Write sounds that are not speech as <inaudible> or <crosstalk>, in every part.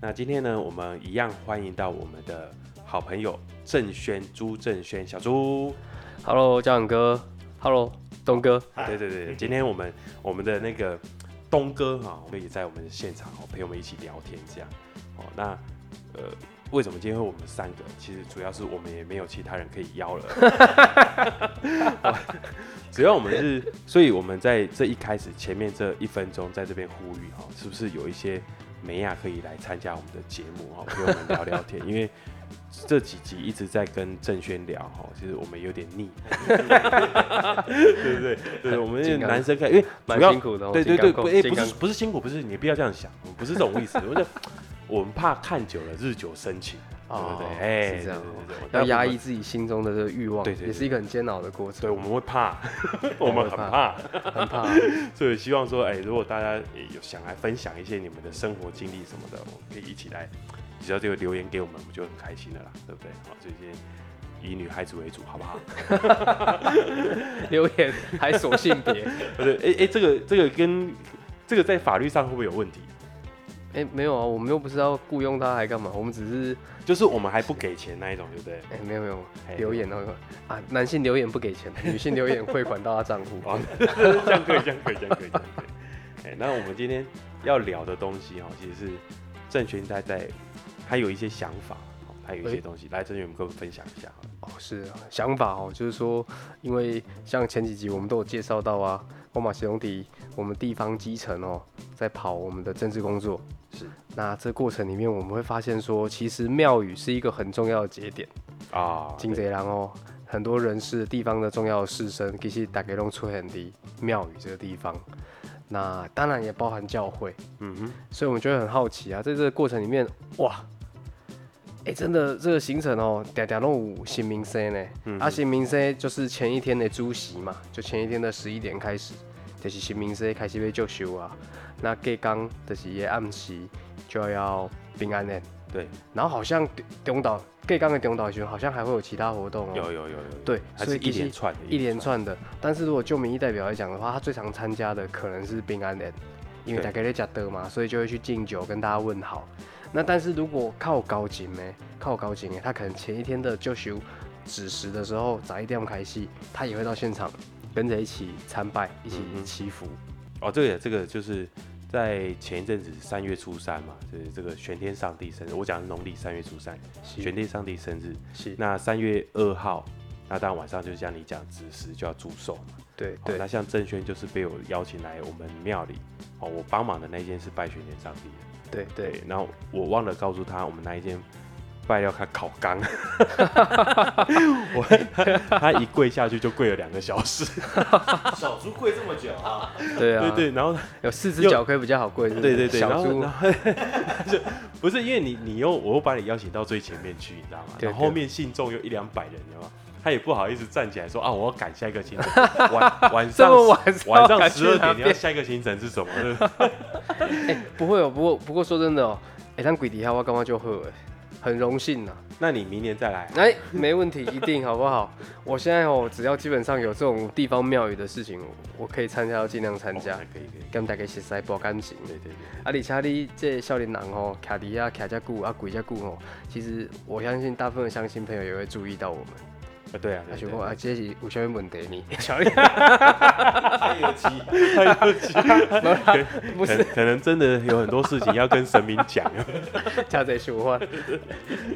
那今天呢，我们一样欢迎到我们的好朋友郑轩朱郑轩小朱。 Hello，嘉勇哥，Hello，东哥，啊对对对，今天我们我们的那个东哥哈，我们也在我们的现场哦，陪我们一起聊天这样。哦，那呃，为什么今天会我们三个？其实主要是我们也没有其他人可以邀了。 <laughs> 哦主要我们是，所以我们在这一开始前面这一分钟在这边呼吁哈，是不是有一些美亚可以来参加我们的节目哈，陪我们聊聊天？因为这几集一直在跟郑轩聊哈，其实我们有点腻，对不对？对，我们紧张男生看，因为蛮主要辛苦的哦对对对，紧张不，哎、紧不张是不是辛苦，不是你不要这样想，我们不是这种意思， <laughs> 我就我们怕看久了日久生情，哦对不对？哎、是这样哦对对对要压我抑们自己心中的这个欲望，对对对也是一个很煎熬的过对，程，我们会怕， <laughs> 我们很会怕怕。很怕。所以希望说，哎、如果大家也有想来分享一些你们的生活经历什么的，我们可以一起来，只要这个留言给我们，我们就很开心了啦，对不对？好，所以今天以女孩子为主，好不好？ <laughs> <laughs> 留言还锁性别， <laughs> 不对，哎、哎、这个这个跟这个在法律上会不会有问题？哎，没有啊，我们又不是要雇佣他，还干嘛？我们只是，就是我们还不给钱那一种，对不对？哎，没有没有哎，留言哦啊，男性留言不给钱，女性留言汇款到他账户。 <laughs> 哦，这样可以，这样可以，这样可以，这样可以。哎、那我们今天要聊的东西哈、其实是郑权他在他有一些想法，哦他有一些哎东西，来郑权，我们跟我们分享一下好了。哦，是啊想法哦，就是说，因为像前几集我们都有介绍到啊，光马协同体，我们地方基层哦，在跑我们的政治工作。是，那这过程里面，我们会发现说，其实庙宇是一个很重要的节点，啊，金贼郎哦，很多人是地方的重要的士绅，其实大概都出很低庙宇这个地方。那当然也包含教会，嗯哼。所以我们就会很好奇啊，在这个过程里面，哇，哎、真的这个行程哦，嗲嗲弄有新明生呢，嗯啊，新明生就是前一天的主席嘛，就前一天的十一点开始，就是新明生开始被救修啊，那隔刚就是也暗时就要平安的，对，然后好像中中岛隔刚的中岛学好像还会有其他活动哦，有有有有，有对还所是以一其实连串的，一连串的，但是如果就民意代表来讲的话，他最常参加的可能是平安人，因为对大概在加德嘛，所以就会去敬酒跟大家问好。那但是如果靠高警呢，靠高警呢，他可能前一天的就修子时的时候，早一点开戏，他也会到现场跟着一起参拜，一起嗯哼祈福。哦，这个这个就是在前一阵子三月初三嘛，就是这个玄天上帝生日，我讲的是农历三月初三，玄天上帝生日。是，那三月二号，那当然晚上就是像你讲子时就要祝寿嘛。对好对哦那像郑轩就是被我邀请来我们庙里，哦，我帮忙的那间是拜玄天上帝的。对对，，然后我忘了告诉他，我们那一间拜料他烤干， <laughs> 我 <laughs> 他一跪下去就跪了两个小时。 <laughs> 小猪跪这么久啊？对啊，对对，然后有四只又脚可以比较好跪，是不是对对对，然小后猪然后 <laughs> 就不是因为你你又我又把你邀请到最前面去，你知道吗？对然后后面信众有一两百人，你知道吗？他也不好意思站起来说啊，我要赶下一个行程，晚 <laughs> 晚这上么晚是 <laughs> 要晚上赶十去二哪点你边要下一个行程是什么？对 <laughs> 不对哎、不会哦，不过不过说真的哦，哎、咱鬼底下我干嘛就喝哎，很荣幸呐、那你明年再来啊，哎、没问题，一定好不好？ <laughs> 我现在哦，只要基本上有这种地方庙宇的事情，我可以参加，尽量参加哦，那可以可以，跟大家实在博感情。对对对，啊，而且你这少年人哦，卡底下卡加固啊，鬼加固哦，其实我相信大部分的乡亲朋友也会注意到我们，啊对啊，他对就对说啊，对这是有什么问题呢？还有鸡， <laughs> 啊不可是能可能真的有很多事情要跟神明讲，啊加侪想法，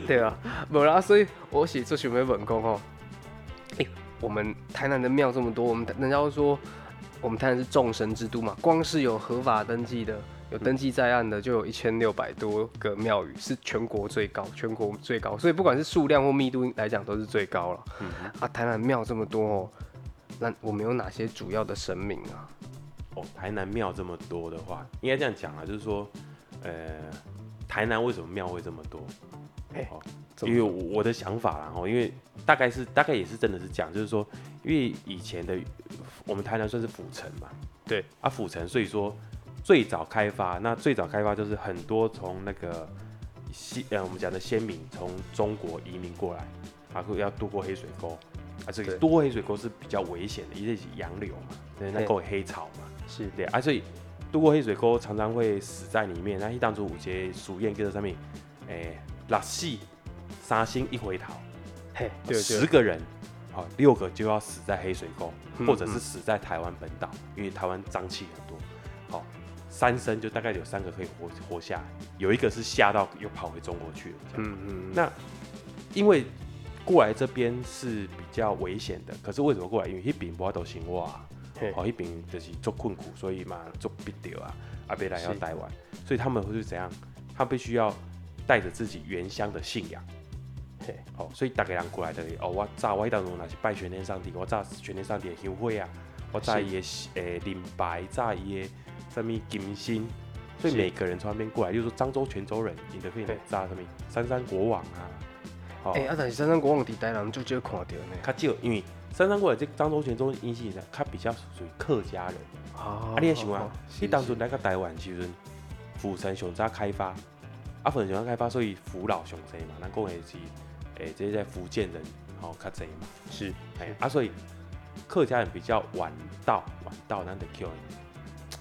对啊，无啦，所以我是做想要问讲吼，诶、我们台南的庙这么多，我们人家都说我们台南是众神之都嘛，光是有合法登记的、有登记在案的，就有一千六百多个庙宇，是全国最高，全国最高，所以不管是数量或密度来讲，都是最高了。嗯啊，台南庙这么多哦，那我们有哪些主要的神明啊？ <laughs> 哦，台南庙这么多的话，应该这样讲啊，就是说，呃，台南为什么庙会这么多？哎哦怎么因为我我的想法啦，哦，因为大概是大概也是真的是讲，就是说，因为以前的我们台南算是府城嘛，对啊，府城，所以说最早开发，那最早开发就是很多从那个西呃我们讲的先民从中国移民过来，然后要渡过黑水沟，啊，这个对渡过黑水沟是比较危险的，因为是洋流嘛，对，那对够黑潮嘛。是对啊，所以渡过黑水沟常常会死在里面。那一当初有一个俗谚叫做什么？诶、六死三星一回头，嘿，对十对，个人，好、六个就要死在黑水沟，嗯或者是死在台湾本岛，因为台湾瘴气很多。好、三生就大概有三个可以活活下来，有一个是吓到又跑回中国去了。这样嗯嗯，那因为过来这边是比较危险的，可是为什么过来？因为那边无都行哇，嘿哦，那边就是做困苦，所以嘛做必掉啊，啊别来要是台湾，所以他们会是怎样？他必须要带着自己原乡的信仰。嘿，哦，所以大家人过来的哦，我炸我当中那是拜玄天上帝，我炸玄天上帝的香火啊，我炸是伊的诶灵牌，炸伊的什么金星，所以是每个人从那边过来，就是说漳州、泉州人，你的可以嘿炸什么三山国王啊，哦，哎，啊，但是三山国往底带人就只有看到呢，较少，因为三山过来这漳州、泉州因是较比较属于客家人，啊，啊你也想啊，你当初初来到台湾的时阵，釜山上早开发，啊，釜山上早开发，所以福佬上侪嘛，咱讲的是，诶、这些福建人吼、较侪嘛，是哎、啊，所以客家人比较晚到，晚到咱得 Q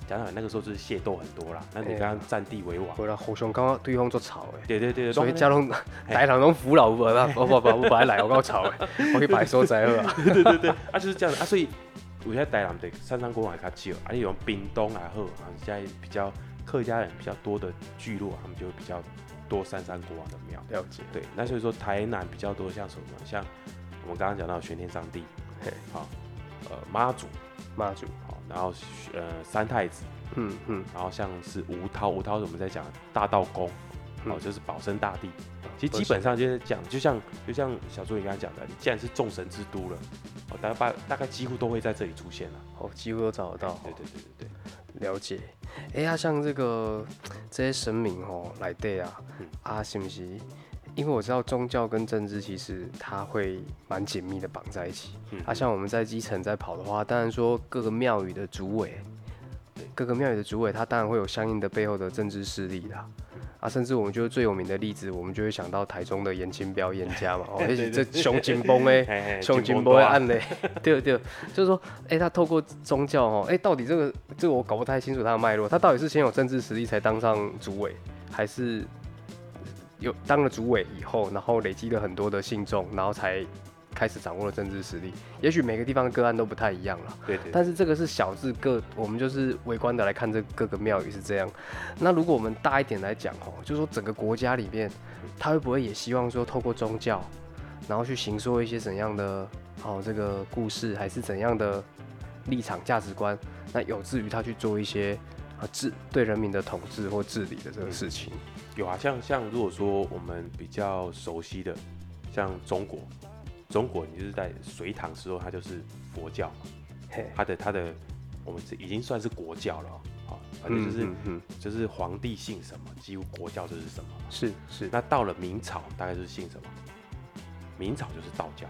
讲讲那个时候就是械斗很多啦，那你哎刚刚占地为王，回来互相感觉对方做吵诶。对对对，所以拢家拢台人拢扶老无啦， <laughs> 我我我我摆来我够吵诶，我去摆所在好啊。对对对，啊就是这样子啊，所以有些台南的三山公园较少，啊，你用屏东也好，啊，现在比较客家人比较多的聚落，他们就会比较多三山国王的庙。了解，对，那所以说台南比较多像什么？像我们刚刚讲到玄天上帝嘿，好，呃妈祖，妈祖，好，然后呃三太子，嗯嗯，然后像是吴涛，吴涛是我们在讲大道公，哦，嗯就是保生大帝。其实基本上就是讲，就像就像小朱你刚刚讲的，你既然是众神之都了，哦，大概大概几乎都会在这里出现了。哦，几乎都找得到，对对对对对，了解。哎呀，像这个这些神明哦，来对啊嗯，啊，是不是？因为我知道宗教跟政治其实它会蛮紧密的绑在一起。嗯啊，像我们在基层在跑的话，当然说各个庙宇的主委，各个庙宇的主委，他当然会有相应的背后的政治势力啦。啊，甚至我们就是最有名的例子，我们就会想到台中的严清标严家 <laughs> 嘛，哦，也许这熊紧绷哎，哎胸金襟波不会暗嘞， <laughs> 对对，就是说，哎、他透过宗教哦，哎、到底这个这个我搞不太清楚他的脉络，他到底是先有政治实力才当上主委，还是有当了主委以后，然后累积了很多的信众，然后才开始掌握了政治实力？也许每个地方的个案都不太一样了。对对，但是这个是小至各，我们就是围观的来看这各个庙宇是这样。那如果我们大一点来讲哦，就是说整个国家里面，他会不会也希望说透过宗教，然后去行说一些怎样的哦这个故事，还是怎样的立场价值观？那有哦志于他去做一些啊治对人民的统治或治理的这个事情。有啊，像像如果说我们比较熟悉的，像中国，中国你就是在隋唐时候，它就是佛教嘛，嘿，它的它的我们是已经算是国教了哦，好，反正就是、嗯嗯就是皇帝姓什么，几乎国教就是什么。嗯是是那到了明朝，大概就是信什么？明朝就是道教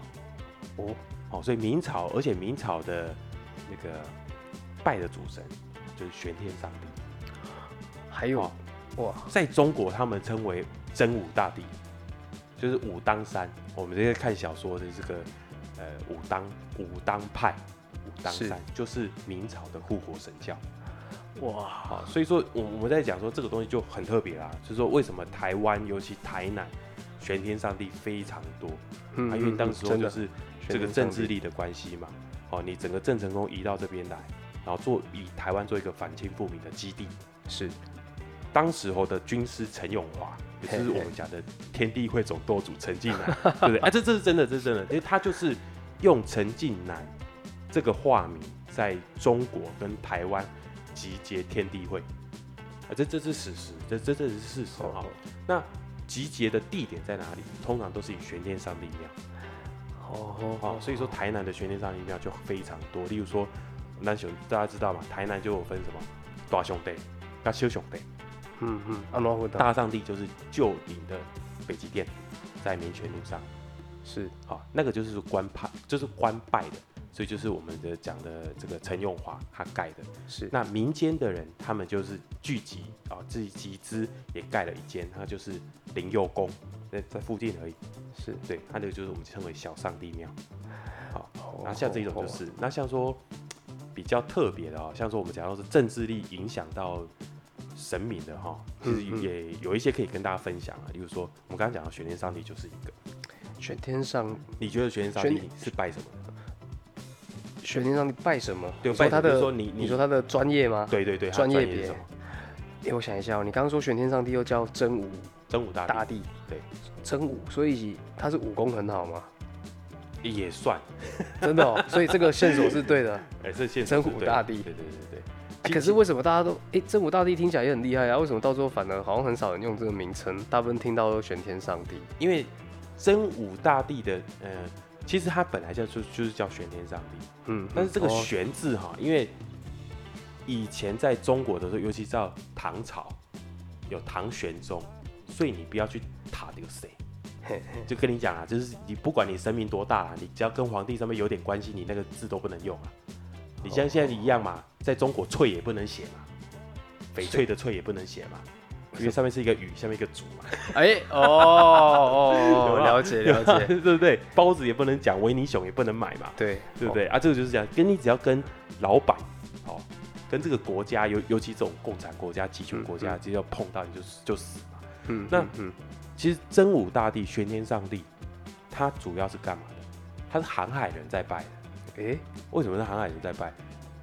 哦哦，所以明朝，而且明朝的那个拜的主神就是玄天上帝，还有、哦哇在中国他们称为真武大帝，就是武当山。我们这些看小说的这个呃武当武当派武当是山，就是明朝的护国神教。哇好，所以说我我们在讲说这个东西就很特别啦，就是说为什么台湾尤其台南玄天上帝非常多，啊，因为当时候嗯真就的是全这个民政上治帝力的关系嘛，哦，你整个郑成功移到这边来，然后做以台湾做一个反清复明的基地。是当时候的军师陈永华，也就是我们讲的天地会总舵主陈近南，对不对？啊，这这是真的，这是真的，因为他就是用陈近南这个化名，在中国跟台湾集结天地会，啊，这这是史实，这这这是事实哈、哦那集结的地点在哪里？通常都是以玄天上帝庙。哦哦，所以说台南的玄天上帝庙就非常多，例如说南雄，大家知道嘛，台南就有分什么大兄弟、跟小兄弟，嗯嗯，啊，然后大上帝就是旧顶的北极殿，在民权路上，是好、那个就是官派，就是官拜的，所以就是我们的讲的这个陈永华他盖的。是那民间的人，他们就是聚集啊、哦，自己集资也盖了一间，它就是灵佑宫，在在附近而已。是，对，它那个就是我们称为小上帝庙。好、哦然后像这种就是，那像说比较特别的哦，像说我们讲到是政治力影响到神明的哈、其实嗯嗯也有一些可以跟大家分享啊，例如说我们刚刚讲到玄天上帝就是一个，玄天上你觉得玄天上玄帝是拜什么的？玄天上帝拜什么？对你说拜什他么的，就是说你你你说他的专业吗？对对对，他啊专业专业别是什么？诶，我想一下哦，你刚刚说玄天上帝又叫真武真武大大帝帝，对，真武，所以他是武功很好吗？也算，真的哦，所以这个线索是对的。 <laughs> 哎，这现实真是武对大的帝对对对对啊可是为什么大家都诶，真武大帝听起来也很厉害啊？为什么到最后反而好像很少人用这个名称？大部分听到都玄天上帝。因为真武大帝的呃，其实他本来叫就就是叫玄天上帝，嗯，但是这个哦 <laughs> 玄字哈，因为以前在中国的时候，尤其到唐朝有唐玄宗，所以你不要去塔这个谁。嗯就跟你讲啊，就是你不管你神明多大啦，你只要跟皇帝上面有点关系，你那个字都不能用啊。你像现在一样嘛，在中国翠也不能写嘛，翡翠的翠也不能写嘛，因为上面是一个雨，下面一个竹嘛，哎、哦哦 <laughs> 有哦，没有了解了 <laughs> 解，对不对？包子也不能讲，维尼熊也不能买嘛。对对不？对、啊？这个就是这样，跟你只要跟老板，哦，跟这个国家，尤尤其这种共产国家、集权国家，只要碰到你就就死嘛。嗯那嗯其实真武大帝、玄天上帝，他主要是干嘛的？他是航海人在拜的。哎、为什么是航海人在拜？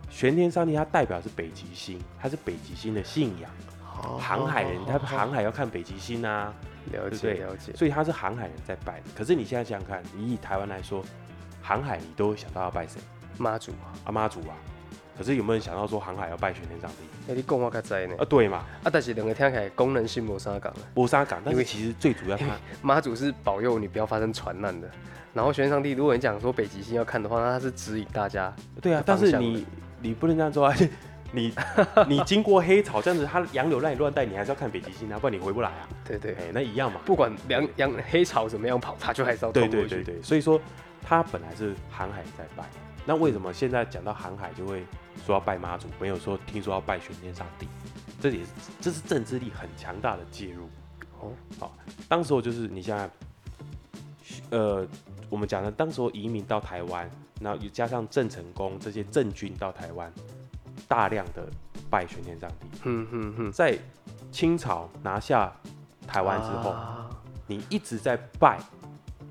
玄天上帝他代表是北极星，他是北极星的信仰。好，航海人他好航海要看北极星啊，哦了对解不对了解，所以他是航海人在拜的。可是你现在想想看，你以台湾来说，航海你都会想到要拜谁？妈祖啊，阿妈祖啊。可是有没有人想到说航海要拜玄天上帝？哎、你讲我较知呢，啊，对嘛，啊，但是两个听起来功能性无啥讲啊。波沙港，但是因为其实最主要它妈祖是保佑你不要发生船难的，然后玄天上帝，如果你讲说北极星要看的话，那他是指引大家，对啊，方但是向你你不能这样做啊， <laughs> 你你经过黑潮这样子，它洋流让你乱带，你还是要看北极星啊，不然你回不来啊。对对哎、那一样嘛。不管两两黑潮怎么样跑，他就还是要通对过去。对对对，所以说它本来是航海在拜，那为嗯什么现在讲到航海就会说要拜妈祖，没有说听说要拜玄天上帝？这也是这是政治力很强大的介入。哦，好，当时候就是你想想，呃，我们讲的当时候移民到台湾，然后又加上郑成功这些郑军到台湾，大量的拜玄天上帝。嗯嗯嗯，在清朝拿下台台湾之后，啊、你一直在拜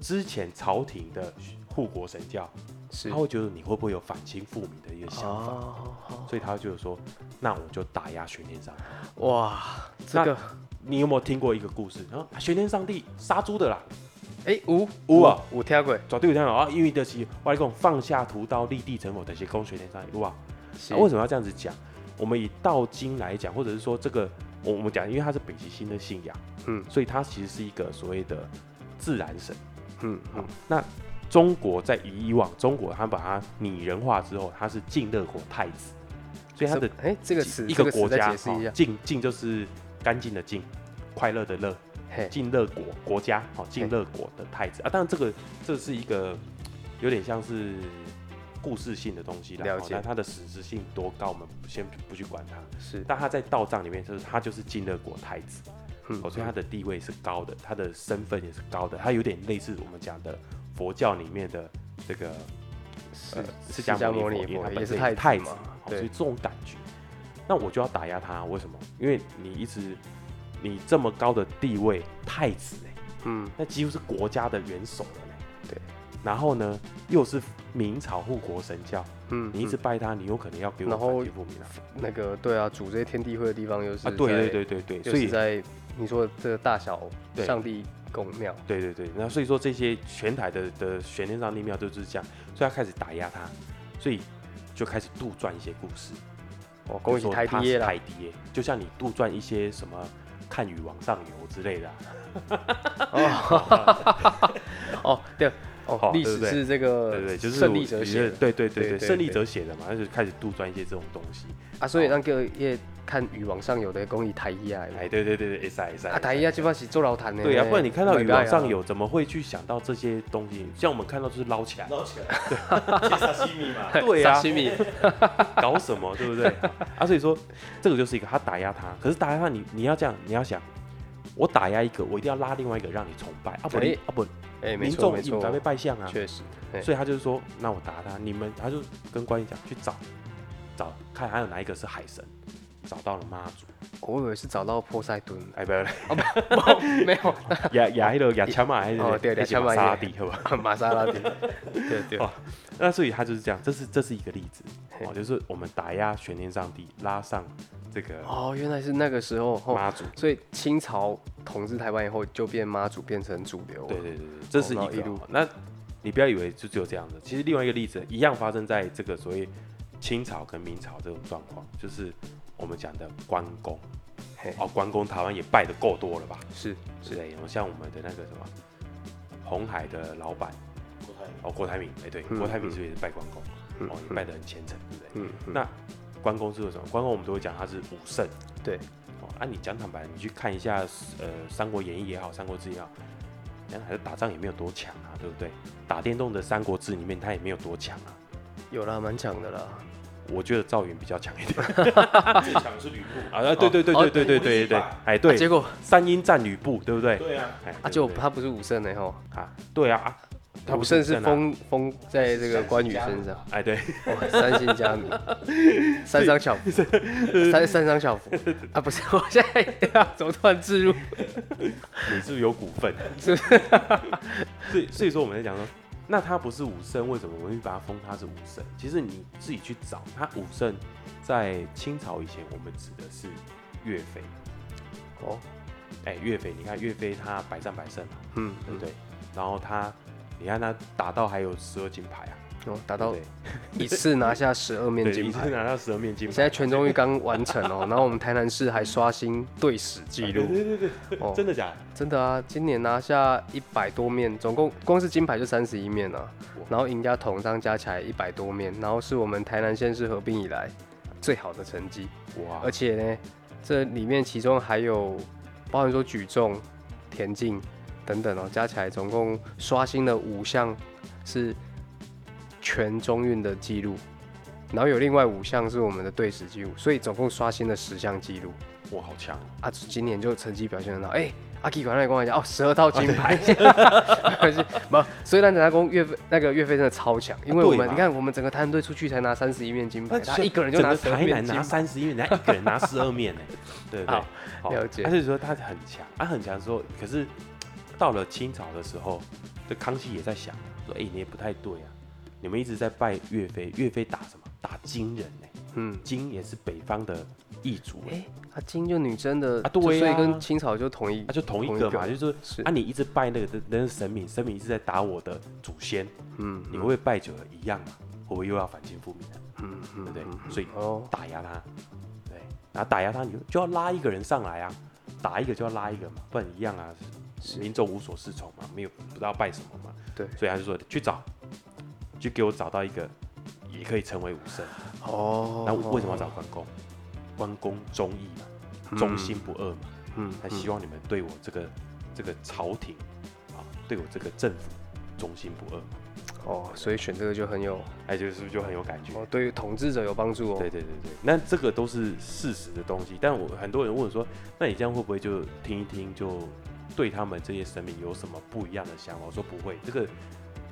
之前朝廷的护国神教，是他会觉得你会不会有反清复明的一个想法，哦好所以他就是说，那我就打压玄天上帝。哇，这那个你有没有听过一个故事？然后啊玄天上帝杀猪的啦，哎五有啊，五听过，绝对有这样啊，因为就是我跟你讲放下屠刀立地成佛，等些供玄天上帝，哇，是那啊为什么要这样子讲？我们以道经来讲，或者是说这个，我我们讲，因为它是北极星的信仰，嗯所以它其实是一个所谓的自然神。嗯好嗯，那中国在以往中国，它把它拟人化之后，它是晋乐国太子，所以它的什哎这个词一这个词国再家解释一哈下，晋晋就是干净的净，快乐的乐，嘿晋乐国国家好，晋乐国的太子啊。当然，这个这是一个有点像是故事性的东西啦。了哦解那它的实质性多高，我们先不去管它。是但他在道藏里面，就是他就是晋乐国太子，嗯哦，所以他的地位是高的，他的身份也是高的，他有点类似我们讲的佛教里面的这个是呃释迦牟尼佛，因为他佛本也是身太太子子嘛嘛，哦所以对，这种感觉，那我就要打压他，为什么？因为你一直你这么高的地位，太子哎、嗯那几乎是国家的元首了嘞。对，然后呢，又是明朝护国神教，嗯，你一直嗯拜他，你有可能要给我然后反清复明啊！那个对啊，主这些天地会的地方又是啊，对对在，对对对，就所以是在你说的这个大小对上帝公庙，对对对，那所以说这些全台的的玄天上帝庙就是这样，所以他开始打压他，所以就开始杜撰一些故事，哦，恭就喜说台他爹是啦，太低，就像你杜撰一些什么看雨往上游之类的啊、 <laughs> <laughs> 哦对，好哦历对史对是这对对，个就是胜我利者觉得写的对对对对对，对胜利对者写的嘛，他就开始杜撰一些这种东西，啊，所以咱叫也看鱼往上游的恭喜台爹啊，哎，对对对对，哎哎啊台爹基本上是做老坛的，对啊，嘿不然你看到不雨然往啊上 <laughs> 游，怎么会去想到这些东西？像我们看到就是捞起来，<laughs> 捞起来，切沙西米嘛，对啊 <laughs> 沙西米，搞什 <laughs> 么，对不对？啊，所以说这个就是一个他打压他，可是打压他你，你要这样，你要想，我打压一个，我一定要拉另外一个让你崇拜啊不哎你啊不，哎，没民错众没你们才错会，拜相啊。确实，嘿所以他就是说，那我打他，你们他就跟官员讲去找找看还有哪一个是海神，找到了妈祖，我以为是找到波塞冬，哎不要 <laughs> 嘞，不 <laughs> 没有，亚亚迄个亚强嘛还是哦对亚强嘛沙地好吧？ <laughs> 玛莎拉蒂，对对哦那所以他就是这样，这是这是一个例子嘿哦，就是我们打压玄天上帝，拉上这个哦，原来是那个时候，哦、妈祖。所以清朝统治台湾以后，就变妈祖变成主流了，对对对，对这是一然后一个路哦。那你不要以为就只有这样的，其实另外一个例子一样发生在这个所谓清朝跟明朝这种状况，就是我们讲的关公嘿。哦，关公台湾也拜的够多了吧？是之类的，然后像我们的那个什么红海的老板不太哦，郭台铭，哎、对，嗯郭台铭是不是也是拜关公？嗯哦，也拜的很虔诚，对不对？嗯，嗯那关公是有什么？关公我们都会讲他是武圣。对，哦，啊，你讲坦白，你去看一下，呃，《三国演义》也好，《三国志》也好，人家还是打仗也没有多强啊，对不对？打电动的《三国志》里面他也没有多强啊，有啦，蛮强的啦。我觉得赵云比较强一点最强是吕布。啊，对对对对对对对对对哦，哎啊结对，果三英战吕布，对不对？对啊，哎，啊，对就不对他不是武圣呢吼，啊，对啊啊，他武不圣是啊，封封在这个关羽身上，哎对，哦三姓家奴，三商巧 <laughs> 福，三三商巧福啊，不是， <laughs> 我现在怎么突然置入？你是不是有股 <laughs> 份？ <laughs> 是所以所以说我们在讲说，那他不是武圣，为什么我们会把他封他是武圣？其实你自己去找，他武圣在清朝以前，我们指的是岳飞。哦，哎、岳飞，你看岳飞他百战百胜嘛，嗯，对不对？然后他，你看他打到还有十二金牌啊，哦，达对不到对一次拿下十二面对，金一牌次。拿到十二面金牌，现在全中运刚完成哦，然后我们台南市还刷新队史纪录，啊对对对对，哦真的假的？真的啊，今年拿下一百多面，总共光是金牌就三十一面啊，然后赢家统上加起来一百多面，然后是我们台南县市合并以来最好的成绩，哇而，且呢，这里面其中还有包含说举重、田径等等哦，加起来总共刷新了五项是全中运的记录，然后有另外五项是我们的队史记录，所以总共刷新了十项记录。哇，好强哦！啊，今年就成绩表现很好。哎、阿 K 管来跟我讲哦，十二套金牌，哦 <laughs> 可惜不，所以咱台工岳飞那个岳飞真的超强，因为啊对我们嘛你看我们整个台湾队出去才拿三十一面金牌，他所以一个人就拿十整个二台面南金拿牌，三十一面，人家一个人拿十二 <laughs> 面呢，对不对好？好了解他就说他很强，他很强说，可是到了清朝的时候，这康熙也在想说，哎，你也不太对啊，你们一直在拜岳飞，岳飞打什么？打金人呢？嗯。金也是北方的异族哎、哎，啊，金就女真的，啊对就所以啊跟清朝就同一那，就同一个嘛，同一就是说是啊，你一直拜那个那个神明，神明一直在打我的祖先，嗯你会不会拜久了一样嘛？会不会又要反清复明了？嗯对不嗯，对？所以哦，打压他，对，然后打压他，你就就要拉一个人上来啊，打一个就要拉一个嘛，不然一样啊，是民众无所适从嘛，没有不知道拜什么嘛，对所以他就说去找，去给我找到一个也可以成为武圣。哦，那为什么要找关公？关公忠义嘛，忠心不二嘛，嗯？嗯，他希望你们对我这个这个朝廷啊，对我这个政府忠心不二嘛，哦，所以选这个就很有，哎，就是不是就很有感觉？哦，对于统治者有帮助哦。对对对对，那这个都是事实的东西。但我很多人问我说，那你这样会不会就听一听就对他们这些神明有什么不一样的想法？我说不会，这个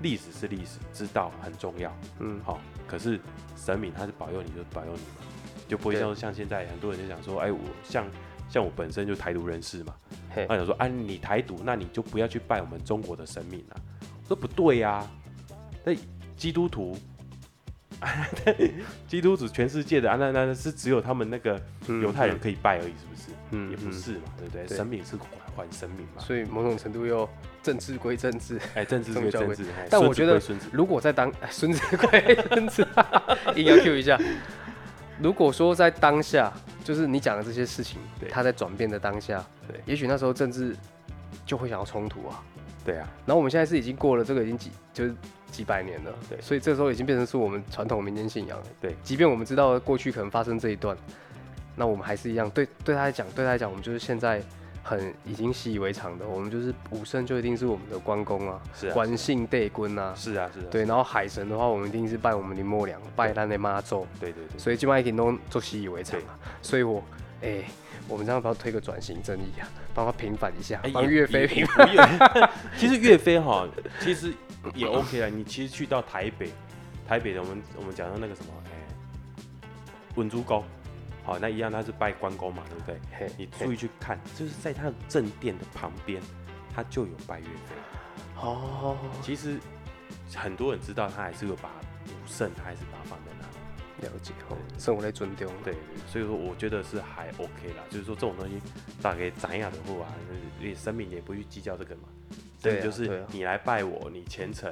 历史是历史，知道很重要。嗯，好、可是神明他是保佑你，就保佑你嘛，就不会对像像现在很多人就想说，哎，我像像我本身就台独人士嘛，嘿他想说，啊，你台独，那你就不要去拜我们中国的神明啊，我说不对呀、那基督徒。 <laughs> 基督徒全世界的啊，那那那是只有他们那个嗯犹太人，可以拜而已，是不是？嗯也不，是嘛，对不对？对神明是还还神明嘛嗯，所以某种程度又政治归政治， <laughs> 哎，政治归宗教政归治，哎但孙我子觉得归孙子如果在当 <laughs> 孙子归孙子， <laughs> 硬要 Q 一下。如果说在当下，就是你讲的这些事情对，它在转变的当下，对也许那时候政治就会想要冲突啊。对啊，然后我们现在是已经过了这个已经几就是几百年了，对所以这时候已经变成是我们传统民间信仰了。对即便我们知道过去可能发生这一段，那我们还是一样，对对他来讲，对他来讲，我们就是现在很已经习以为常的，我们就是武圣就一定是我们的关公啊，是啊关姓帝君啊，是啊，是啊，对，然后海神的话，我们一定是拜我们林默娘，拜咱的妈祖，对对对，所以基本上一定都做习以为常啊。所以我，哎、我们这样要不要推个转型正义啊，帮他平反一下哎，帮也岳飞平也 <laughs> 反。不用其实岳飞哈，其实也啊 OK 啦。你其实去到台北，台北的我们我们讲到那个什么，哎、文珠宫，好，那一样它是拜关公嘛，对不对？嘿你嘿注意去看，就是在它的正殿的旁边，它就有拜岳飞。 <laughs> 哦，其实很多人知道，他还是有把武圣，他还是把它放在那里。了解哦，生活在尊重，对，所以说我觉得是还 OK 啦，就是说这种东西大概咱雅的货啊，就是你生命也不去计较这个嘛。所对以啊对就是啊你来拜我，你虔诚，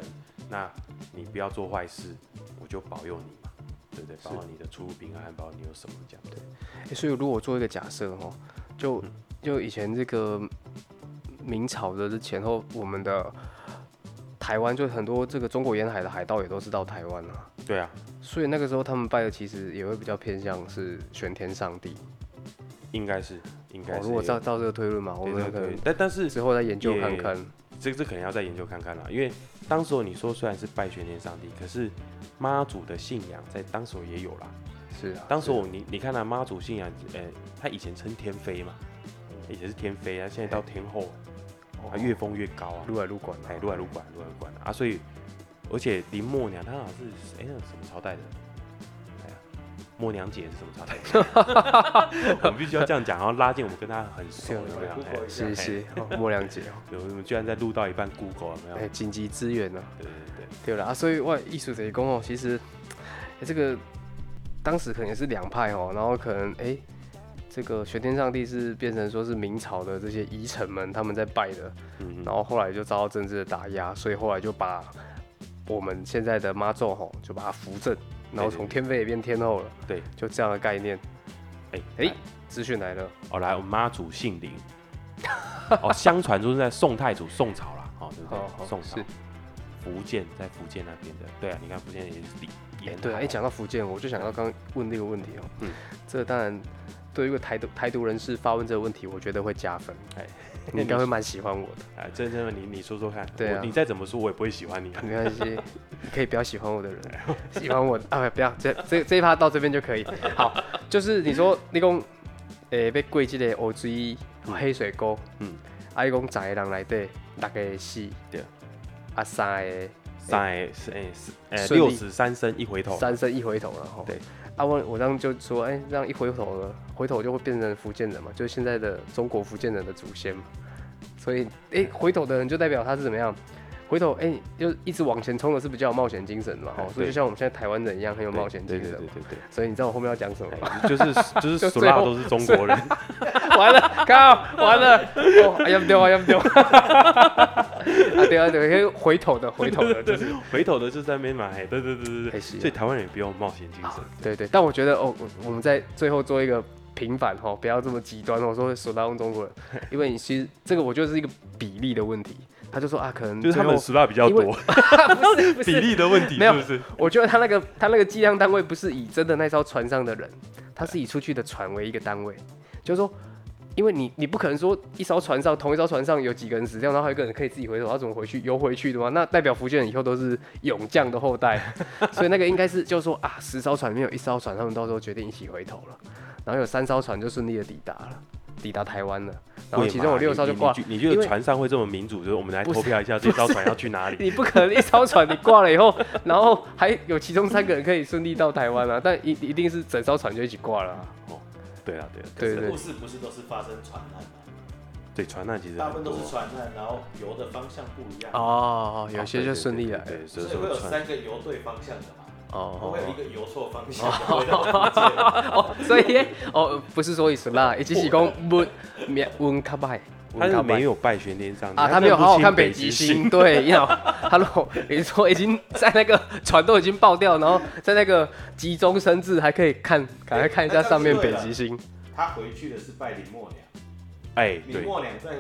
那你不要做坏事，我就保佑你嘛，对不对？保佑你的出入啊平安，保佑你有什么这样。对，欸所以如果我做一个假设哦，就嗯就以前这个明朝的这前后，我们的台湾就很多这个中国沿海的海盗也都是到台湾啊，对啊，所以那个时候他们拜的其实也会比较偏向是玄天上帝。应该是，应该哦，哎是如有。果照照这个推论嘛，我对们对可能对，但但是之后再研究看看。这这可能要再研究看看啦，因为当时候你说虽然是拜玄天上帝，可是妈祖的信仰在当时候也有啦。是啊，当时是啊我你你看啊，妈祖信仰，呃，他以前称天妃嘛，嗯以前是天妃啊，现在到天后，啊，越封越高啊，哦撸来撸管啊哎，，撸来撸管，撸来撸管啊，所以而且林默娘她好像是哎、那什么朝代的，哎呀，默娘姐是什么朝代 <laughs> 的？我们必须要这样讲，然后拉近我们跟她很啊熟，有没有？哎谢谢哦莫良姐 <laughs> 哦，有我们居然在录到一半 Google 有没有？哎，紧急支援啊。对对对，对啦，啊所以外艺术这一工哦，其实、欸这个当时可能也是两派哦，然后可能哎、欸这个玄天上帝是变成说是明朝的这些遗臣们他们在拜的，嗯然后后来就遭到政治的打压，所以后来就把我们现在的妈咒吼就把它扶正，然后从天妃也变天后了，对，就这样的概念。哎哎、哎，资讯来了，哦，来，我们妈祖姓林， <laughs> 哦，相传就是在宋太祖宋朝啦，哦，对不哦哦对？宋朝是，福建在福建那边的，对啊，你看福建也是底哎、沿海对啊，一讲到福建，我就想到刚刚问那个问题哦、嗯， <laughs> 这当然对于一个台独台独人士发问这个问题，我觉得会加分。哎， <laughs> 你应该会蛮喜欢我的，哎，真真的，你你说说看，对啊嗯我你再怎么说，我也不会喜欢你啊。没 <laughs> 关系，你可以不要喜欢我的人，哎喜欢我的啊，不要这这这一趴到这边就可以。 <laughs> 好，就是你说你讲诶被贵这个 O G 黑水沟，嗯，啊，伊讲十个人内底六个死，对啊，啊三个三是哎是哎顺利六十三生一回头，三生一回头了吼。对，啊我我这样就说，哎、这样一回头了，回头就会变成福建人嘛，就是现在的中国福建人的祖先嘛。所以，哎、回头的人就代表他是怎么样？回头，哎、就一直往前冲的是比较有冒险精神的嘛，吼哎，所对以就像我们现在台湾人一样很有对冒险对精对神对嘛。对对，所以你知道我后面要讲什么 <laughs> 吗？哎就是就是就所最有后都是中国人，完了，靠，完了， <laughs> 哦哎呀不丢啊，要不丢 <laughs> 啊！啊对啊对啊， <laughs> 可以回头的， <laughs> 回头的，就是回头的就在那边买，哎对对对对哎对，是啊啊所以台湾人也不用冒险精神，对对，但我觉得哦，我我们在最后做一个平反哦，不要这么极端哦，说数到用中国人，因为你其实这个我觉得是一个比例的问题。他就说啊，可能就是他们最十大比较因为多，后 <laughs> 不是不比是，例的问题没有是不是？我觉得他那个他那个计量单位不是以真的那艘船上的人，他是以出去的船为一个单位，就是说。因为你，你不可能说一艘船上同一艘船上有几个人死掉，然后还有一个人可以自己回头，他怎么回去游回去的话，那代表福建人以后都是勇将的后代，所以那个应该是就是说啊，十艘船里面有一艘船，他们到时候决定一起回头了，然后有三艘船就顺利的抵达了，抵达台湾了，然后会其嘛中有六艘你就挂你你觉因得为船上会这么民主？就是我们来不是投票一下，这艘船要去哪里？你不可能一艘船你挂了以后，然后还有其中三个人可以顺利到台湾啊，但一一定是整艘船就一起挂了、啊。哦，对啊，对啊， <laughs> 对对故事不是都是发生船难吗？对，船难其实大部很分都是多，船难，然后游的方向不一样，啊哦，有些就顺利了对。对，对所所以以会有说船三个游对方向的嘛，会有一哦，个游错方向的，会到福 <laughs> 建所以哦，不是说意思啦，一起是讲温面温卡拜，他温是卡没拜。有拜玄天上帝啊，他没有好好看北北极星，。对，要 Hello，你说已经在那个船都已经爆掉，然后在那个急中生智，还可以看，赶快看一下上面北极星，他回去的是拜林默娘，哎，林对，默娘在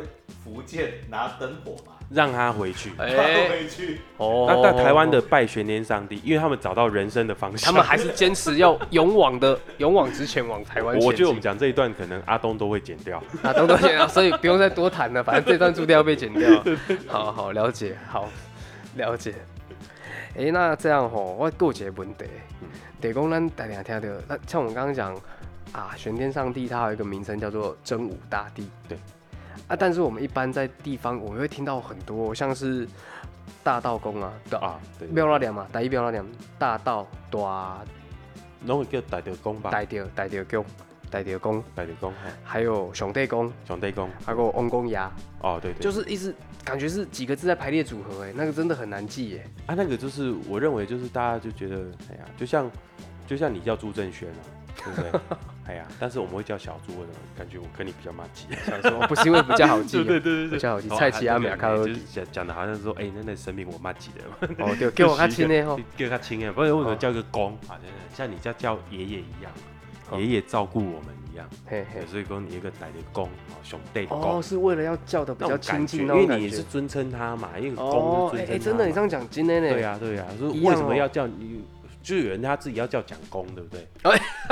福建拿灯火嘛，让他回去。他哎，回去哦那在台湾的拜玄天上帝，因为他们找到人生的方他向。们还是坚持要勇往的，勇往直前，往台湾前进。我觉得我们讲这一段，可能阿东都会剪掉。啊，东东先啊，所以不用再多谈了，反正这段注定要被剪掉。好好了解，好了解。诶，那这样吼，我还有一个问题，得讲咱大家听到，那像我们刚刚讲啊，玄天上帝他有一个名称叫做真武大帝，对。啊，但是我们一般在地方，我们会听到很多像是大道公啊，对啊，啊，对，庙那点嘛，打一庙那点，大道大拢会叫大着公吧，大着大着宫、大着宫，大着公，嘿还有兄弟宫，兄弟公，还有翁公牙，哦，对对，就是是一直感觉是几个字在排列组合，哎，那个真的很难记欸耶。啊，那个就是我认为就是大家就觉得，哎呀，就像就像你叫朱正轩啊，对不对？ <laughs> 哎呀，但是我们会叫小朱的，感觉我跟你比较默契，，想说不是因为比较好 <laughs> 记欸对对比较好记。哦蔡奇阿美啊亚卡对尔就是讲讲的好像说，哎，那那神明我默契的，哦，对，给我看 <laughs> 亲的吼，叫他亲哎，不然为什么叫一个公啊？真的像你叫叫爷爷一样，哦爷爷照顾我们一样，嘿嘿。所以说你一个奶的公，哦兄弟哦，公，是为了要叫的比那较种感觉，亲近因那种为感你也觉是。尊称他嘛，因为公哦，是尊哎哎，称他真的，你嘛这样讲今天呢？对啊呀对呀，就是一为样什么哦要叫你？就有人他自己要叫蒋公，对不对？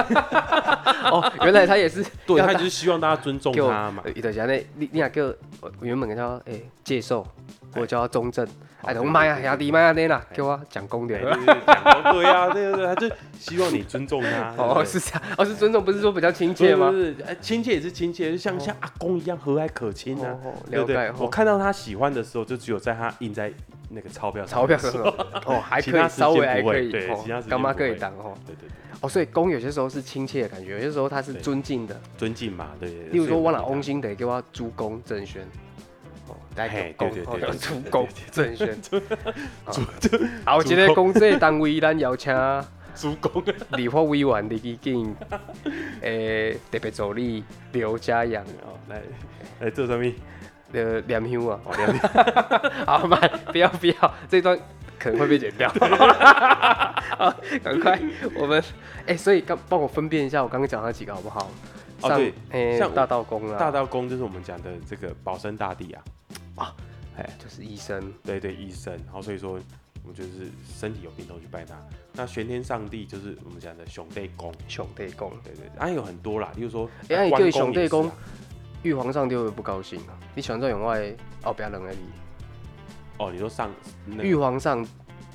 哦，原来他 <laughs> 也是对要他大就是希望大家尊重给我他嘛。呃就是安尼，你你若叫我原本叫我诶介绍，我叫他中正，哎，哦对我妈呀，对兄弟妈呀，你啦，哎叫我讲公对点。对对，蒋公对呀，对对对，他就希望你尊 <laughs> 重他。对不哦，对是这样，哦是尊重，不是说比较亲不切是吗不？是，哎，亲切也是亲切，就像像阿公一样和蔼可亲啊。哦，哦对了不解对？我哦。看到他喜欢的时候，就只有在他印在那个钞票上。 <laughs> 钞票可能哦，还其可他以时稍微间还不可会以对其他时哦，间干妈不可以会当哦对对对，哦，所以公有些时候是亲切的感觉，有些时候他是对尊敬的。尊敬嘛，对对。对例如所说，以我们若翁星得给我主公郑轩，哦，来嘿公对对哦对对主公 <laughs> 郑轩，主啊，有一个公这个单位咱邀请主公， <laughs> 立法委员李基进，诶，特别助理刘家阳，哦来来做什么？呃，梁兄啊，哦，两 <laughs> 好慢，不要不要，这段可能会被剪掉， <laughs> 好，赶快，我们，哎，所以刚帮我分辨一下，我刚刚讲那几个好不好？哦上对诶像我大道公大啊，道公就是我们讲的这个保生大帝啊，就是医生，对对，医生。然后所以说，我们就是身体有病都去拜他。那玄天上帝就是我们讲的兄弟公，兄弟公。对对，对啊有很多啦，例如说，哎啊你关对公兄弟也是啊公玉皇上帝会不会不高兴啊？你喜欢这种外哦，不要冷而已。哦，你说上那个玉皇上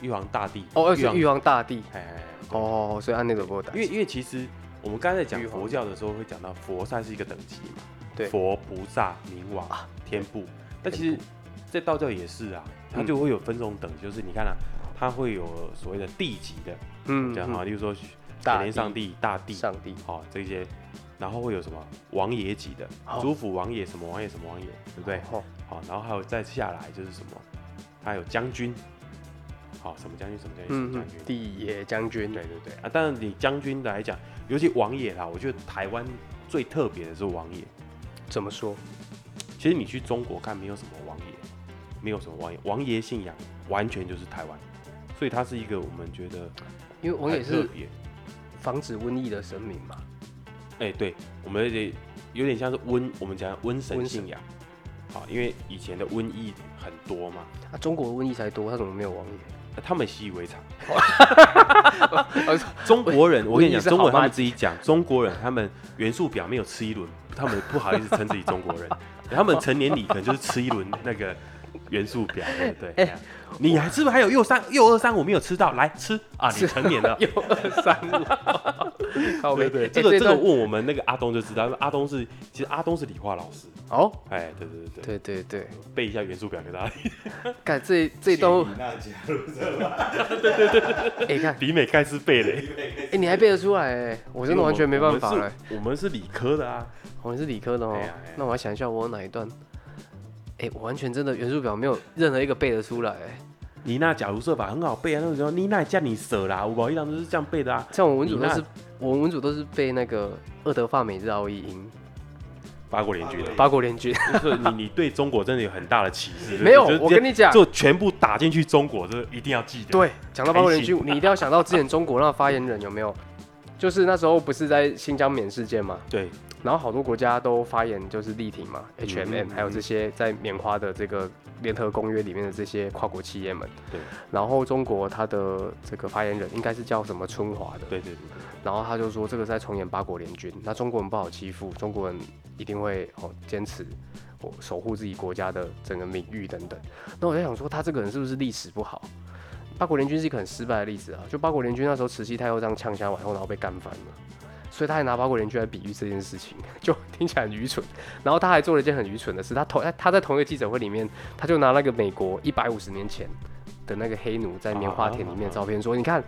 玉皇大帝哦，玉是皇，玉皇大帝哎哎哎哦，所以按那个不会打因。为因为其实我们刚才讲玉皇佛教的时候，会讲到佛它是一个等级嘛，对啊佛、菩萨、冥王、天部。但其实，在道教也是啊，它嗯就会有分这种等级，就是你看啊，它会有所谓的地级的，嗯这样哈，嗯例如说大大天帝上帝、大帝，上帝好、哦这些，然后会有什么王爷级的哦，主府王爷什么王爷什么王爷，对不对？哦好、然后还有再下来就是什么，它有将军，好、什么将军什么将军什嗯么嗯将军，，帝爷将军对对对啊！当然，你将军来讲，尤其王爷啦，我觉得台湾最特别的是王爷。怎么说？其实你去中国看，没有什么王爷，没有什么王爷，王爷信仰完全就是台湾，所以它是一个我们觉得因为王很爷特是别。防止瘟疫的神明嘛。哎、对，我们也有点像是瘟，我们讲瘟神瘟神信仰。好，因为以前的瘟疫很多嘛，啊，中国瘟疫才多，他怎么没有王爷？ <laughs> 呃他们习以为常。哦是中国人，我跟你瘟疫讲，是中国人好他吗们自己讲，中国人他们元素表没有吃一轮，他们不好意思称自己中国 <laughs> 人，他们成年礼可能就是吃一轮那个元素表，对不对？这哎样你还是不是还有右三右二三五没有吃到？来吃啊，你是。成 <laughs> 年了有二三五，靠对背对，哎这个这个段问我们那个阿东就知道，阿东是其实阿东是理化老师，哦，哎，对对对对，对对对，背一下元素表给大家，看这这一段会，那加入这 <laughs> 吧，哎看，比美盖茨背嘞。因为哎你还背得出来？哎，我真的完全没办法因为我了们。我们是我们是理科的啊，我是理科的哦哎呀哎呀，那我要想一下我有哪一段。哎，我完全真的元素表没有任何一个背得出来，哎妮娜假如设法很好背啊，那个时候妮娜叫你舍啦，我一样都是这样背的啊。像我文组都你是我文组都是背那个厄德法美日奥伊英八国联军啊，八国联军，就是你你对中国真的有很大的歧视。没有就是我跟你讲就全部打进去中国，这一定要记得。对，讲到八国联军开，你一定要想到之前中国那发言人有没有？就是那时候不是在新疆棉事件嘛，对然后好多国家都发言就是力挺嘛嗯，H&M 嗯还有这些在棉花的这个联合公约里面的这些跨国企业们，对然后中国它的这个发言人应该是叫什么春华的，对对对然后他就说这个是在重演八国联军，那中国人不好欺负，中国人一定会哦坚持哦守护自己国家的整个名誉等等。那我在想说，他这个人是不是历史不好？八国联军是一个很失败的例子啊，就八国联军那时候慈禧太后这样呛下完后，然后被干翻了。所以他还拿八国联军来比喻这件事情， <laughs> 就听起来很愚蠢。然后他还做了一件很愚蠢的事，他同他在同一个记者会里面，他就拿那个美国一百五十年前的那个黑奴在棉花田里面的照片，说你看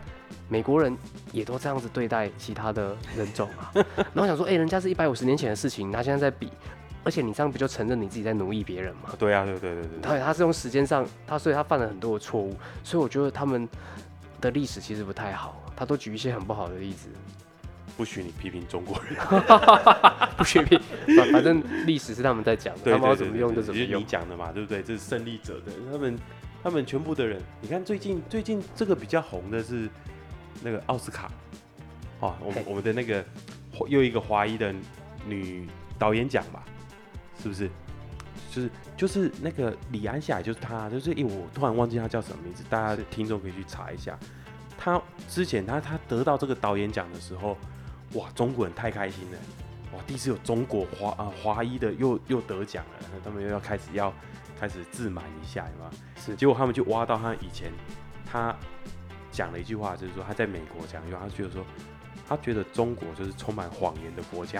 美国人也都这样子对待其他的人种啊。 <laughs> 然后我想说，哎、人家是一百五十年前的事情，他现在在比，而且你这样不就承认你自己在奴役别人吗？对啊，对对对对对，对，他是用时间上，他所以他犯了很多的错误，所以我觉得他们的历史其实不太好，他都举一些很不好的例子，不许你批评中国人，不学批，反反正历史是他们在讲的，对他们要对怎对么对用就对，怎么就是用你。讲的嘛，对不对？这是胜利者的，他们他们全部的人，你看最近最近这个比较红的是那个奥斯卡，哦，我们嘿我们的那个又一个华裔的女导演奖吧，是不是？就是就是那个李安夏，就是她，就是因为我突然忘记她叫什么名字，大家听众可以去查一下。她之前她她得到这个导演奖的时候，哇，中国人太开心了，哇，第一次有中国华啊华裔的又又得奖了，那他们又要开始要开始自满一下，有吗？是结果他们就挖到他以前他讲了一句话，就是说他在美国讲一句话，他觉得说他觉得中国就是充满谎言的国 <laughs> 家，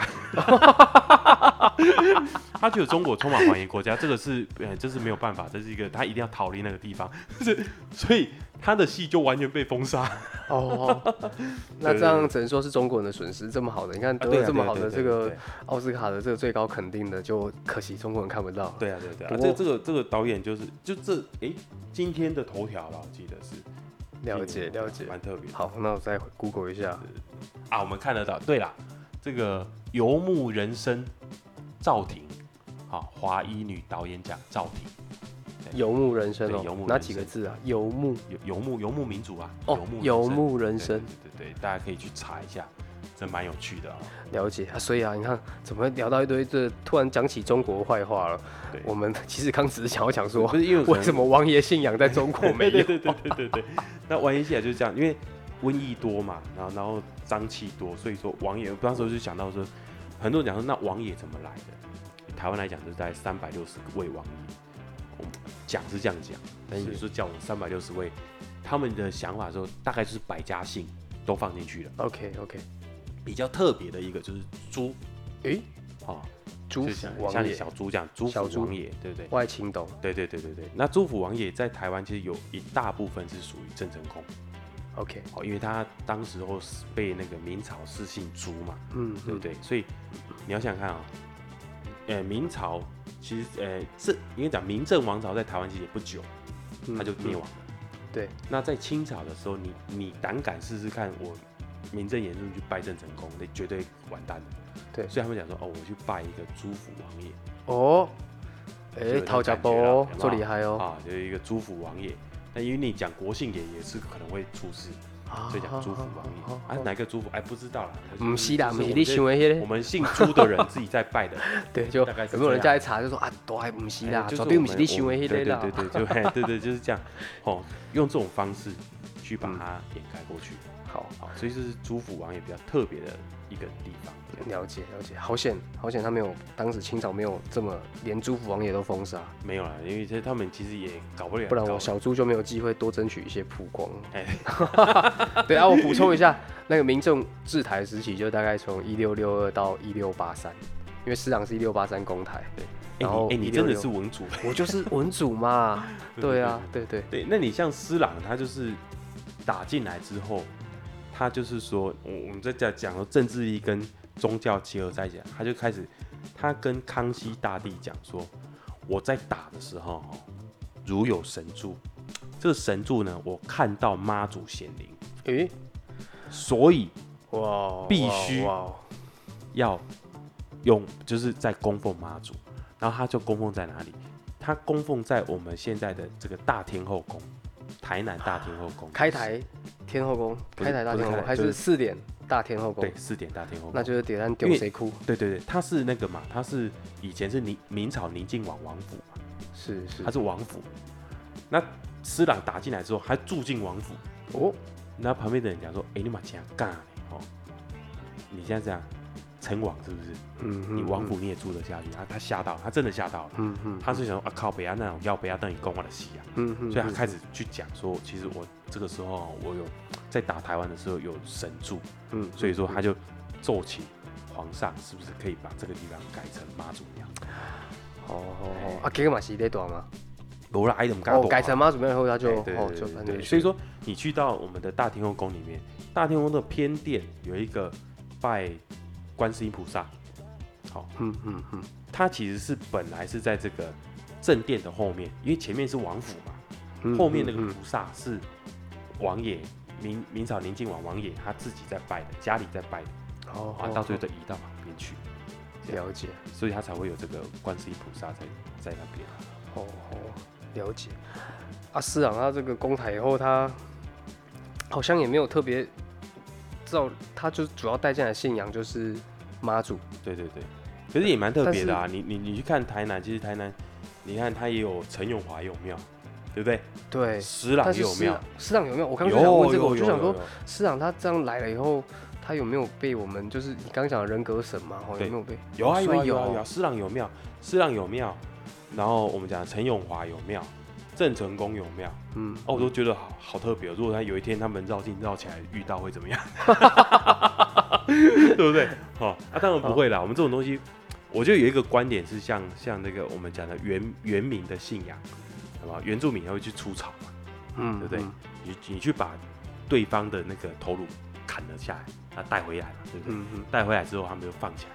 他觉得中国充满谎言国家，这个是呃这是没有办法，这是一个他一定要逃离那个地方， <laughs> 是所以他的戏就完全被封杀。哦， <laughs> 那这样只能说是中国人的损失。这么好的，你看啊得了这么好的这个奥斯卡的这个最高肯定的，就可惜中国人看不到。对啊，对啊对啊，不这过这个这个导演就是就这诶，今天的头条吧，我记得是了今解天的头条了解。蛮特别的好，那我再 Google 一下。啊，我们看得到。对啦，这个游牧人生赵婷，好、华裔女导演奖赵婷，游牧人生对游哦牧，哪人几个生字啊？游牧游游牧游牧民族啊，哦，游游牧人人生生，对对对对，大家可以去查一下，这蛮有趣的啊、了解啊，所以啊，你看怎么会聊到一堆这突然讲起中国坏话了？对我们其实刚只是想要讲说不，是因为可能为什么王爷信仰在中国 <laughs> 没有？对对对对对对。<laughs> 那玩一下就是这样，因为瘟疫多嘛，然后然后瘴气多，所以说王爷，我当时就想到说，很多人讲说那王爷怎么来的？台湾来讲就是在三百六十位王爷，我们讲是这样讲，但是是说叫我们三百六十位，他们的想法说大概就是百家姓都放进去了。 OK OK，比较特别的一个就是猪诶，啊，朱就府像王像你爷、小猪这样，朱小府猪王爷，对不对？外青董对对对对对。那朱府王爷在台湾其实有一大部分是属于郑成功。 ，OK，哦，因为他当时候是被那个明朝四姓诛嘛，嗯，对不对？所以你要想想看啊、呃，明朝其实呃这应该讲明郑王朝在台湾其实也不久，嗯他就灭亡。对，那在清朝的时候，你你胆敢试试看我名正言顺去拜郑成功，你绝对完蛋了。对所以他们讲说哦，我去拜一个朱府王爷哦，就哎有，陶这家种感觉波啦有哦没，有做厉害哦，啊，就是一个朱府王爷。那因为你讲国姓爷也是可能会出事，啊所以啊讲朱府王爷啊，哪个朱府？哎，不知道啦。不是啦，不就是我你们想的那我个，们姓朱的人自己在拜的，对，就大概是有没有人这家在查就说啊，都还不 <laughs> 是啦，哎就是绝我对们不是你想的对那个对啦对，对，就 <laughs> 嘿对对就是这样，哦，用这种方式去把它掩盖过去，好。好，所以这是朱府王也比较特别的一个地方。了解了解，好险好险，他没有当时清朝没有这么连朱福王爷都封杀，没有啦，因为这他们其实也搞不了，不然搞我不了小猪就没有机会多争取一些曝光。 <laughs> 哎，对啊，我补充一下，那个民政治台时期就大概从一六六二到一六八三，因为师长是一六八三公台，然后哎你哎你一真的六六是文主，我就是文主嘛。对啊，对对，对，那你像施朗，他就是打进来之后，他就是说，我我们在讲讲说政治力跟宗教结合在一起，他就开始，他跟康熙大帝讲说，我在打的时候哦，如有神助，这个神助呢，我看到妈祖显灵，诶，所以哇哦，必须哇哦，要用就是在供奉妈祖，然后他就供奉在哪里？他供奉在我们现在的这个大天后宫，台南大天后宫开台天后宫，不是开台大不是天后开台宫还就是是四点大天后宫对，，四点大天后宫那就是点燃因丢为谁哭，哦对对对，他是那个嘛，他是以前是明明朝宁靖王王府嘛，是是他，是王府。那施琅打进来之后，还住进王府，哦，那旁边的人讲说：“哎、你妈这样干欸哦，你现在这样，称王是不是？嗯你王嗯府你也住得下去？”然后他吓到，他真的吓到了，嗯嗯他是想说啊靠，北亚那种要北亚等你跟我的戏啊，嗯嗯，所以他嗯开始去讲说，其实我这个时候哦我有在打台湾的时候有神助，嗯，所以说他就奏请皇上是不是可以把这个地方改成妈祖庙？哦哦哦，啊，这个嘛是在大吗？罗拉 item 哦，改成妈祖庙以后，他就对对哦对就对反对，正所以说你去到我们的大天后宫里面，大天后宫的偏殿有一个拜观世音菩萨，好，嗯嗯嗯，它其实是本来是在这个正殿的后面，因为前面是王府嘛，嗯后面那个嗯嗯菩萨是王爷明明朝宁靖王王爷他自己在拜的，家里在拜的，哦啊，到最后再移到旁边去，了解。所以他才会有这个观世音菩萨在在那边。哦，了解。啊，市长他这个攻台以后，他好像也没有特别知道，他就主要带进来信仰就是妈祖。对对对，可是也蛮特别的啊。你你你去看台南，其实台南，你看它也有陈永华有庙，对不对？对，石朗但也是有市庙长，市长有没有？我刚有刚就想问这个，有我就有想有说，有市长他这样来了以后，他有没有被我们就是你刚讲的人格审嘛？哦，有对没有被？有啊有所啊以有啊有有啊，石朗有庙，石朗有庙，然后我们讲陈永华有庙，郑成功有庙，嗯，哦，我都觉得好好特别哦。如果他有一天他们绕进绕起来遇到会怎么样？ <laughs> 对不对？好、啊，当然不会啦。我们这种东西，我觉得有一个观点是像像那个我们讲的原原民的信仰，好吧？原住民还会去出草嘛，嗯，对不对嗯？你你去把对方的那个头颅砍了下来，他带回来嘛，对不对？嗯嗯带回来之后他们就放起来，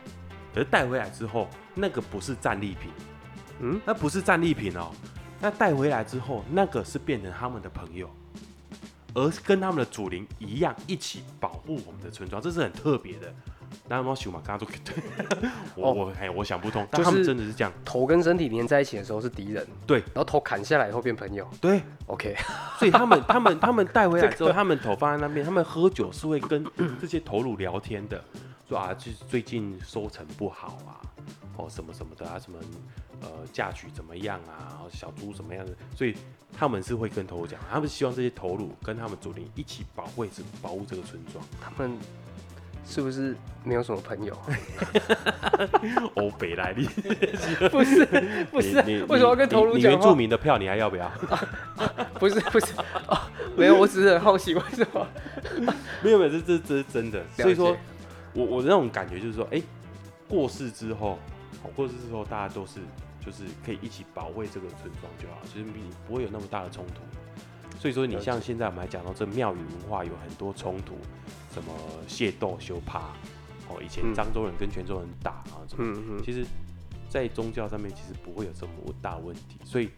可是带回来之后那个不是战利品，嗯，那不是战利品哦，那带回来之后，那个是变成他们的朋友，而是跟他们的祖灵一样，一起保护我们的村庄，这是很特别的。那猫熊嘛，刚刚都我、<laughs> 哦我哎，我想不通，就但是他们真的是这样，头跟身体连在一起的时候是敌人，对然后头砍下来以后变朋友。对， OK， <laughs> 所以他 <laughs> 们他们他们带回来之后，他们头放在那边，他们喝酒是会 <clears throat> 跟这些头颅聊天的，说啊，就是最近收成不好啊，哦什么什么的啊，什么呃嫁娶怎么样啊，然后小猪怎么样的，所以他们是会跟头颅讲，他们希望这些头颅跟他们祖灵一起保卫这保护这个村庄。他们是不是没有什么朋 <laughs> 友？欧哦北来历，不是不是，你你为什么要跟头颅你你讲原住话？民的票你还要不要？不是不是、哦，没有，我只是很好奇为什么。没有没有，这这这是真的。解所以说，我我那种感觉就是说，哎、过世之后，好过世之后大家都是就是可以一起保卫这个村庄就好，就是你不会有那么大的冲突。所以说，你了解像现在我们还讲到这庙宇文化有很多冲突，什么械斗、修趴，哦，以前嗯漳州人跟泉州人打啊，怎么？嗯嗯，其实，在宗教上面其实不会有这么大问题，所以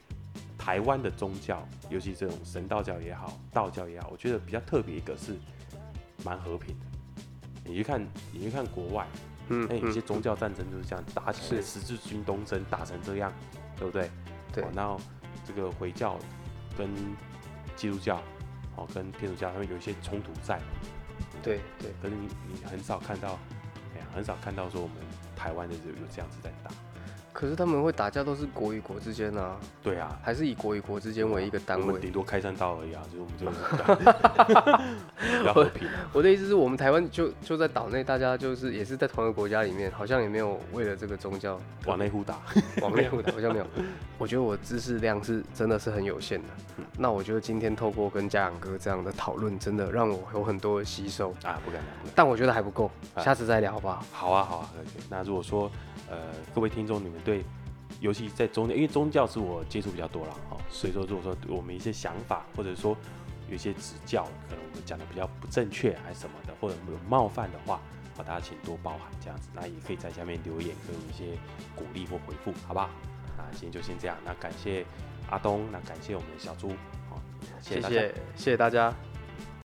台湾的宗教，尤其这种神道教也好，道教也好，我觉得比较特别一个是蛮和平的。你去看，你去看国外，嗯那、有些宗教战争哎就是这样打起来，是十字军东征打成这样，对不对？对哦，然后这个回教跟基督教，哦，跟天主教他们有一些冲突在，对对，可是你你很少看到，哎呀，很少看到说我们台湾的有有这样子在打。可是他们会打架都是国与国之间啊，对啊，还是以国与国之间为一个单我们位。顶多开山刀而已啊，就是我们就是 <laughs> 比较和平。我的意思是我们台湾就就在岛内，大家就是也是在同一个国家里面，好像也没有为了这个宗教往内互打，啊往内部的，好像没有。 <laughs> 我觉得我知识量是真的是很有限的。那我觉得今天透过跟嘉阳哥这样的讨论，真的让我有很多的吸收，啊，不敢当，不敢。但我觉得还不够，啊下次再聊好不好？好啊，好啊，可以可以。那如果说呃，各位听众，你们对，尤其在宗教，因为宗教是我接触比较多啦，哦，所以说如果说我们一些想法，或者说有一些指教，可能我们讲的比较不正确还是什么的，或者有冒犯的话，啊，大家请多包涵这样子。那也可以在下面留言，给我们一些鼓励或回复，好不好？那今天就先这样，那感谢阿东，那感谢我们的小猪，好、谢谢 <laughs> 大家。谢谢谢大家。